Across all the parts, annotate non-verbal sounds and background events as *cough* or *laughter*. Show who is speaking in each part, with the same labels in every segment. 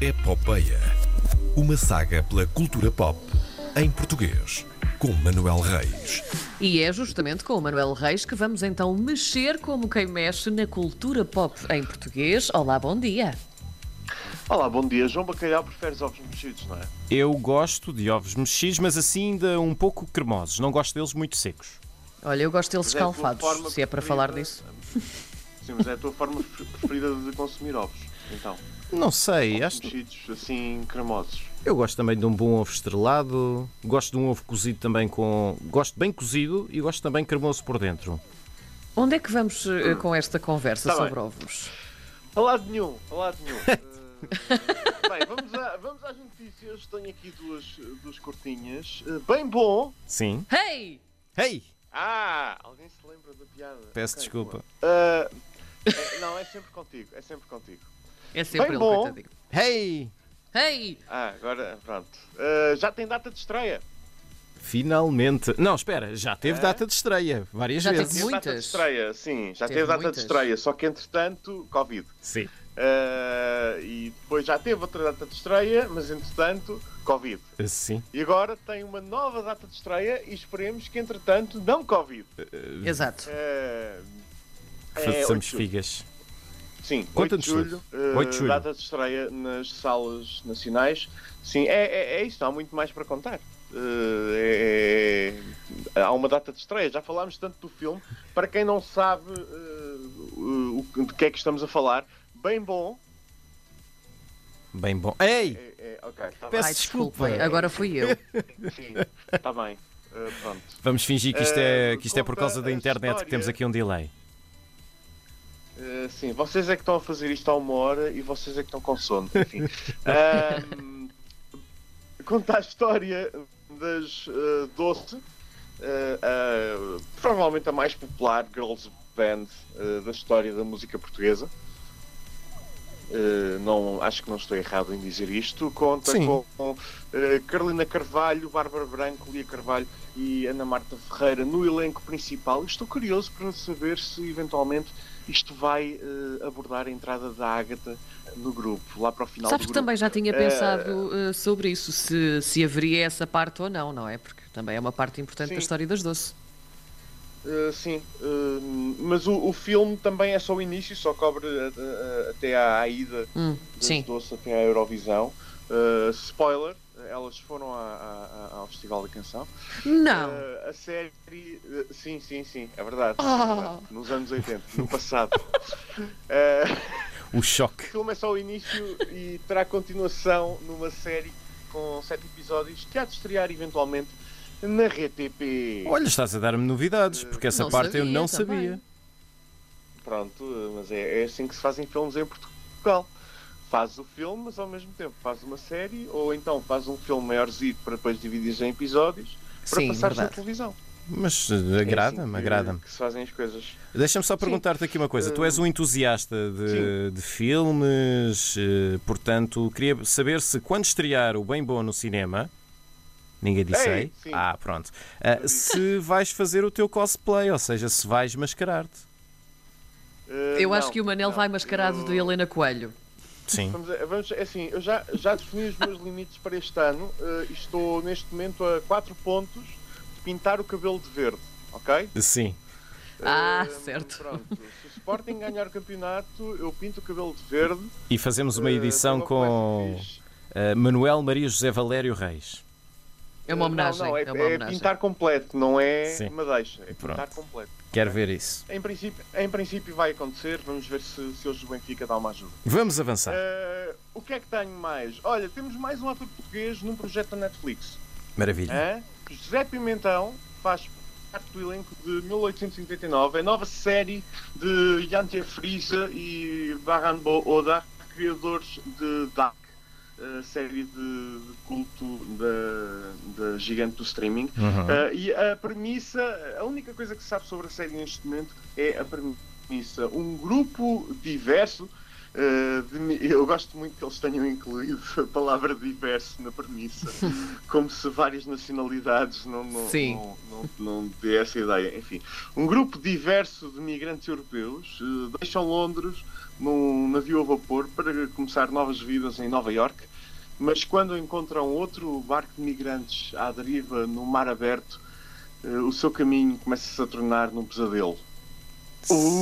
Speaker 1: Epopeia. Uma saga pela cultura pop em português, com Manuel Reis.
Speaker 2: E é justamente com o Manuel Reis que vamos então mexer como quem mexe na cultura pop em português. Olá, bom dia.
Speaker 3: Olá, bom dia. João Bacalhau preferes ovos mexidos, não é?
Speaker 4: Eu gosto de ovos mexidos, mas assim ainda um pouco cremosos. Não gosto deles muito secos.
Speaker 2: Olha, eu gosto deles
Speaker 3: Mas é a tua
Speaker 2: escalfados,
Speaker 3: forma
Speaker 2: se é para
Speaker 3: preferida-
Speaker 2: falar disso.
Speaker 3: *laughs* Sim, mas é a tua forma preferida de consumir ovos. Então,
Speaker 4: Não sei, acho que
Speaker 3: mexidos assim cremosos.
Speaker 4: eu gosto também de um bom ovo estrelado, gosto de um ovo cozido também com. Gosto bem cozido e gosto também cremoso por dentro.
Speaker 2: Onde é que vamos eh, com esta conversa
Speaker 3: Hum. Tá bem.
Speaker 2: sobre ovos?
Speaker 3: A lado nenhum, a lado
Speaker 2: *laughs*
Speaker 3: nenhum. Eh, bem, vamos, a- vamos às notícias. Tenho aqui duas, duas cortinhas. Eh, bem bom.
Speaker 4: Sim.
Speaker 2: Hey!
Speaker 4: Ei!
Speaker 3: Ah, alguém se lembra da piada?
Speaker 4: Peço
Speaker 3: Ok,
Speaker 4: desculpa.
Speaker 3: boa. Eh, eh, não, é sempre contigo, é sempre contigo.
Speaker 2: É sempre
Speaker 3: Bem
Speaker 2: ele,
Speaker 3: bom.
Speaker 2: coitadinho.
Speaker 4: Ei!
Speaker 2: Hey!
Speaker 3: Ah, agora, pronto. Eh, já tem data de estreia.
Speaker 4: Finalmente. Não, espera, já teve
Speaker 3: É?
Speaker 4: data de estreia várias
Speaker 2: Já teve
Speaker 4: vezes.
Speaker 3: Teve data de
Speaker 2: Muitas.
Speaker 3: estreia, sim, já
Speaker 2: Teve
Speaker 3: teve, data
Speaker 2: muitas.
Speaker 3: de estreia, só que entretanto, Covid.
Speaker 4: Sim.
Speaker 3: Eh, e depois já teve outra data de estreia, mas entretanto, Covid.
Speaker 4: Eh, Sim.
Speaker 3: E agora tem uma nova data de estreia e esperemos que entretanto não Covid.
Speaker 2: Exato.
Speaker 3: Eh, é
Speaker 4: Façamos
Speaker 3: 8 de julho.
Speaker 4: figas.
Speaker 3: Sim, 8
Speaker 4: Conta-nos
Speaker 3: de julho,
Speaker 4: tudo.
Speaker 3: eh,
Speaker 4: 8 de julho.
Speaker 3: data de estreia nas salas nacionais. Sim, é, é, é isso, não há muito mais para contar. Eh, é- é- há uma data de estreia, já falámos tanto do filme. Para quem não sabe eh, o- o- de que é que estamos a falar, bem bom.
Speaker 4: Bem bom. Ei!
Speaker 3: É, é, ok, está bem.
Speaker 4: Peço
Speaker 2: Ai,
Speaker 4: desculpa.
Speaker 2: desculpem, Agora fui
Speaker 3: *laughs*
Speaker 2: eu.
Speaker 3: Sim, tá bem. Eh, pronto.
Speaker 4: Vamos fingir que isto é,
Speaker 3: Eh,
Speaker 4: que isto é por
Speaker 3: conta
Speaker 4: causa da
Speaker 3: a
Speaker 4: internet que
Speaker 3: história.
Speaker 4: temos aqui um delay.
Speaker 3: Uh, sim, vocês é que estão a fazer isto há uma hora e vocês é que estão com sono. Enfim. Ahm, conta a história das uh, Doce, uh, uh, provavelmente a mais popular girls band uh, da história da música portuguesa. Uh, não, acho que não estou errado em dizer isto. Conta
Speaker 4: Sim.
Speaker 3: com, com, uh, Carolina Carvalho, Bárbara Branco, Lia Carvalho e Ana Marta Ferreira no elenco principal. Estou curioso para saber se eventualmente isto vai eh, abordar a entrada da Ágata no grupo, lá para o final
Speaker 2: Sabes
Speaker 3: do
Speaker 2: que
Speaker 3: grupo.
Speaker 2: também já tinha
Speaker 3: Eh,
Speaker 2: pensado eh, sobre isso, se, se haveria essa parte ou não, não é? Porque também é uma parte importante
Speaker 3: Sim.
Speaker 2: da história das doce.
Speaker 3: Eh, sim, eh, mas o, o filme também é só o início, só cobre eh, eh, até à ida
Speaker 2: Hum,
Speaker 3: das
Speaker 2: sim.
Speaker 3: doce até à Eurovisão. Eh, spoiler, elas foram à- à- à- ao Festival da Canção.
Speaker 2: Não!
Speaker 3: Eh, a série. eh, sim, sim, sim, é verdade. é
Speaker 2: Oh.
Speaker 3: verdade. Nos anos 80, no passado. *laughs* Eh,
Speaker 4: O choque.
Speaker 3: O filme é só o início e terá continuação numa série com sete episódios que há de estrear eventualmente na RTP.
Speaker 4: Olha, estás a dar-me novidades, porque essa
Speaker 2: Não
Speaker 4: parte eu
Speaker 2: sabia
Speaker 4: não
Speaker 2: também.
Speaker 4: sabia.
Speaker 3: Pronto, mas é, é assim que se fazem filmes em Portugal. Faz o filme, mas ao mesmo tempo faz uma série, ou então faz um filme maiorzito para depois dividir em episódios para
Speaker 2: Sim,
Speaker 3: passares na
Speaker 2: verdade.
Speaker 3: televisão.
Speaker 4: Mas
Speaker 3: É
Speaker 4: eh,
Speaker 3: assim
Speaker 4: agrada-me,
Speaker 3: que-
Speaker 4: agrada-me.
Speaker 3: Que se fazem as coisas.
Speaker 4: Deixa-me só perguntar-te aqui uma coisa. Tu
Speaker 3: Hum.
Speaker 4: és um entusiasta de, de filmes, eh, portanto, queria saber se quando estrear o Bem Bom no cinema. Ninguém disse
Speaker 3: Ei,
Speaker 4: aí.
Speaker 3: sim.
Speaker 4: Ah, pronto. Ah, se vais fazer o teu cosplay, ou seja, se vais mascarar-te.
Speaker 3: Eh,
Speaker 2: Eu acho
Speaker 3: não,
Speaker 2: que o Manel
Speaker 3: não,
Speaker 2: vai mascarado
Speaker 3: eu-
Speaker 2: de Helena Coelho.
Speaker 3: *laughs*
Speaker 4: Sim.
Speaker 3: Vamos, a- vamos, é assim, eu já, já defini os meus limites para este ano eh, e estou neste momento a 4 pontos de pintar o cabelo de verde, ok?
Speaker 4: Sim.
Speaker 2: Ah,
Speaker 3: Eh,
Speaker 2: certo.
Speaker 3: Pronto. Se o Sporting ganhar o campeonato, eu pinto o cabelo de verde.
Speaker 4: E fazemos uma
Speaker 3: eh,
Speaker 4: edição
Speaker 3: uma coisa
Speaker 4: com
Speaker 3: fixe.
Speaker 4: eh, Manuel Maria José Valério Reis.
Speaker 2: É uma
Speaker 3: Eh, não,
Speaker 2: homenagem.
Speaker 3: não, é,
Speaker 2: é, uma
Speaker 3: é
Speaker 2: homenagem.
Speaker 3: pintar completo, não é
Speaker 4: Sim.
Speaker 3: madeixa. É
Speaker 4: Pronto.
Speaker 3: pintar completo.
Speaker 4: Quero ver isso.
Speaker 3: Em princípio, em princípio vai acontecer, vamos ver se, se hoje o Benfica dá uma ajuda.
Speaker 4: Vamos avançar.
Speaker 3: Eh, o que é que tenho mais? Olha, temos mais um ator português num projeto da Netflix.
Speaker 4: Maravilha.
Speaker 3: Hã? É? José Pimentão faz parte do elenco de 1889, É a nova série de Jantje Frisa e Baranbo Oda, criadores de Dark, a série de, de culto da, da gigante do streaming.
Speaker 4: Uhum.
Speaker 3: Ah, e a premissa, a única coisa que se sabe sobre a série neste momento é a premissa. Um grupo diverso eh, de- *laughs* eu gosto muito que eles tenham incluído a palavra diverso na premissa, como se várias nacionalidades não, não,
Speaker 2: Sim.
Speaker 3: não, não, não dê essa ideia. Enfim, um grupo diverso de migrantes europeus eh, deixam Londres num navio a vapor para começar novas vidas em Nova Iorque, mas quando encontram outro barco de migrantes à deriva no mar aberto, eh, o seu caminho começa-se a tornar num pesadelo.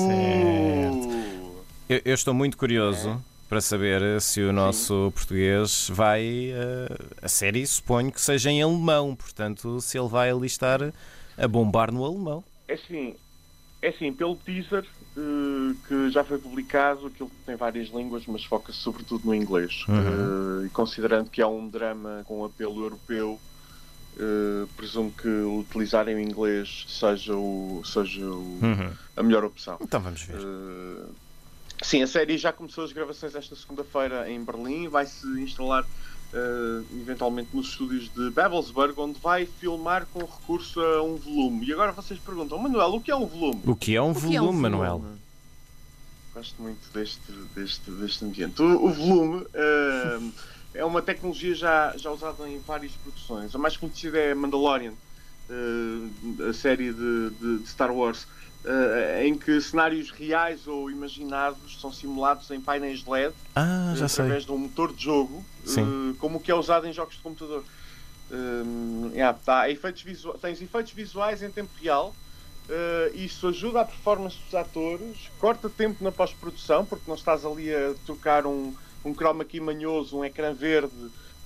Speaker 4: Certo.
Speaker 3: Uh!
Speaker 4: Eu, eu estou muito curioso para saber eh, se o nosso português vai. eh, a série suponho que seja em alemão, portanto, se ele vai ali estar a bombar no alemão.
Speaker 3: É assim, é assim pelo teaser eh, que já foi publicado, aquilo tem várias línguas, mas foca-se sobretudo no inglês. Eh, e considerando que é um drama com apelo europeu, eh, presumo que utilizarem o inglês seja, o, seja o-
Speaker 4: Hum.
Speaker 3: a melhor opção.
Speaker 4: Uhum. Então vamos ver.
Speaker 3: Eh, Sim, a série já começou as gravações esta segunda-feira em Berlim. Vai-se instalar eh, eventualmente nos estúdios de Babelsberg, onde vai filmar com recurso a um volume. E agora vocês perguntam, Manuel, o que é um volume?
Speaker 4: O que é um
Speaker 2: O que
Speaker 4: volume,
Speaker 2: é um
Speaker 4: Manuel?
Speaker 2: volume?
Speaker 3: Gosto muito deste, deste, deste ambiente. O, o volume eh, é uma tecnologia já, já usada em várias produções. A mais conhecida é Mandalorian, eh, a série de, de- de Star Wars, eh, em que cenários reais ou imaginados são simulados em painéis LED
Speaker 4: Ah, já sei.
Speaker 3: através de um motor de jogo,
Speaker 4: Sim.
Speaker 3: eh, como o que é usado em jogos de computador. Hum, yeah, tá, efeitos visu- tens efeitos visuais em tempo real, eh, isso ajuda a performance dos atores, corta tempo na pós-produção, porque não estás ali a trocar um, um chroma key manhoso, um ecrã verde,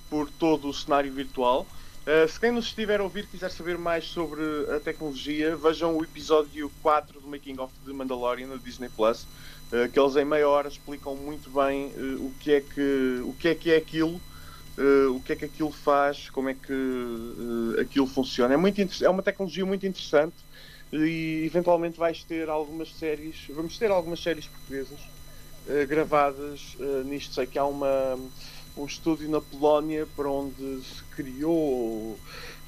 Speaker 3: por todo o cenário virtual. Eh, se quem nos estiver a ouvir e quiser saber mais sobre a tecnologia, vejam o episódio 4 do Making of de Mandalorian na Disney Plus, eh, que eles em meia hora explicam muito bem eh, o, que é que, o que é que é aquilo, eh, o que é que aquilo faz, como é que eh, aquilo funciona. É, muito inter- é uma tecnologia muito interessante e eventualmente vais ter algumas séries, vamos ter algumas séries portuguesas eh, gravadas eh, nisto. Sei que há uma, um estúdio na Polónia para onde se criou,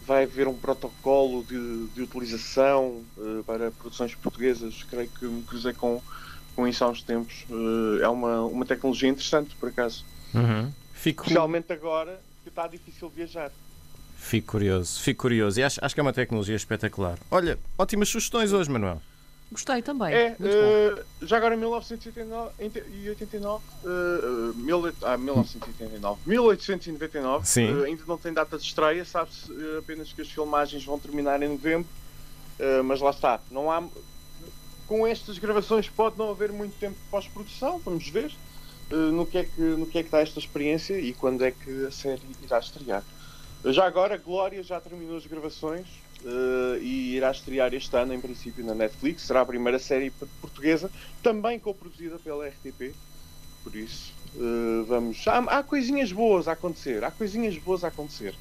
Speaker 3: vai haver um protocolo de, de utilização eh, para produções portuguesas. Creio que me cruzei com, com isso há uns tempos. Eh, é uma, uma tecnologia interessante, por acaso.
Speaker 4: Uhum. Fico,
Speaker 3: Especialmente agora que está difícil viajar.
Speaker 4: fico curioso, fico curioso. E acho, acho que é uma tecnologia espetacular. Olha, ótimas sugestões hoje, Manuel.
Speaker 2: Gostei também.
Speaker 3: É,
Speaker 2: Muito bom.
Speaker 3: eh, já agora em 1989, e 89, eh, eh, mil- ah, 1989, 1899,
Speaker 4: Sim.
Speaker 3: eh, ainda não tem data de estreia, sabe-se eh, apenas que as filmagens vão terminar em novembro, eh, mas lá está, não há... Com estas gravações pode não haver muito tempo de pós-produção, vamos ver eh, no, que é que, no que é que dá esta experiência e quando é que a série irá estrear. Já agora, Glória já terminou as gravações eh, e irá estrear este ano, em princípio, na Netflix. Será a primeira série p- portuguesa, também co-produzida pela RTP. Por isso, eh, vamos. Há, há coisinhas boas a acontecer, há coisinhas boas a acontecer.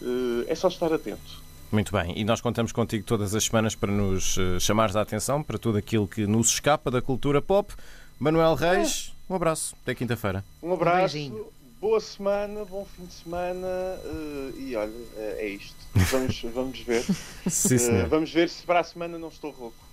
Speaker 3: Eh, é só estar atento.
Speaker 4: Muito bem, e nós contamos contigo todas as semanas para nos eh, chamares a atenção para tudo aquilo que nos escapa da cultura pop. Manuel Reis, um abraço, até quinta-feira.
Speaker 3: Um abraço,
Speaker 2: beijinho.
Speaker 3: boa semana, bom fim de semana eh, e olha, eh, é isto. Vamos, *laughs* vamos ver.
Speaker 4: Sim,
Speaker 3: Eh, vamos ver se para a semana não estou rouco.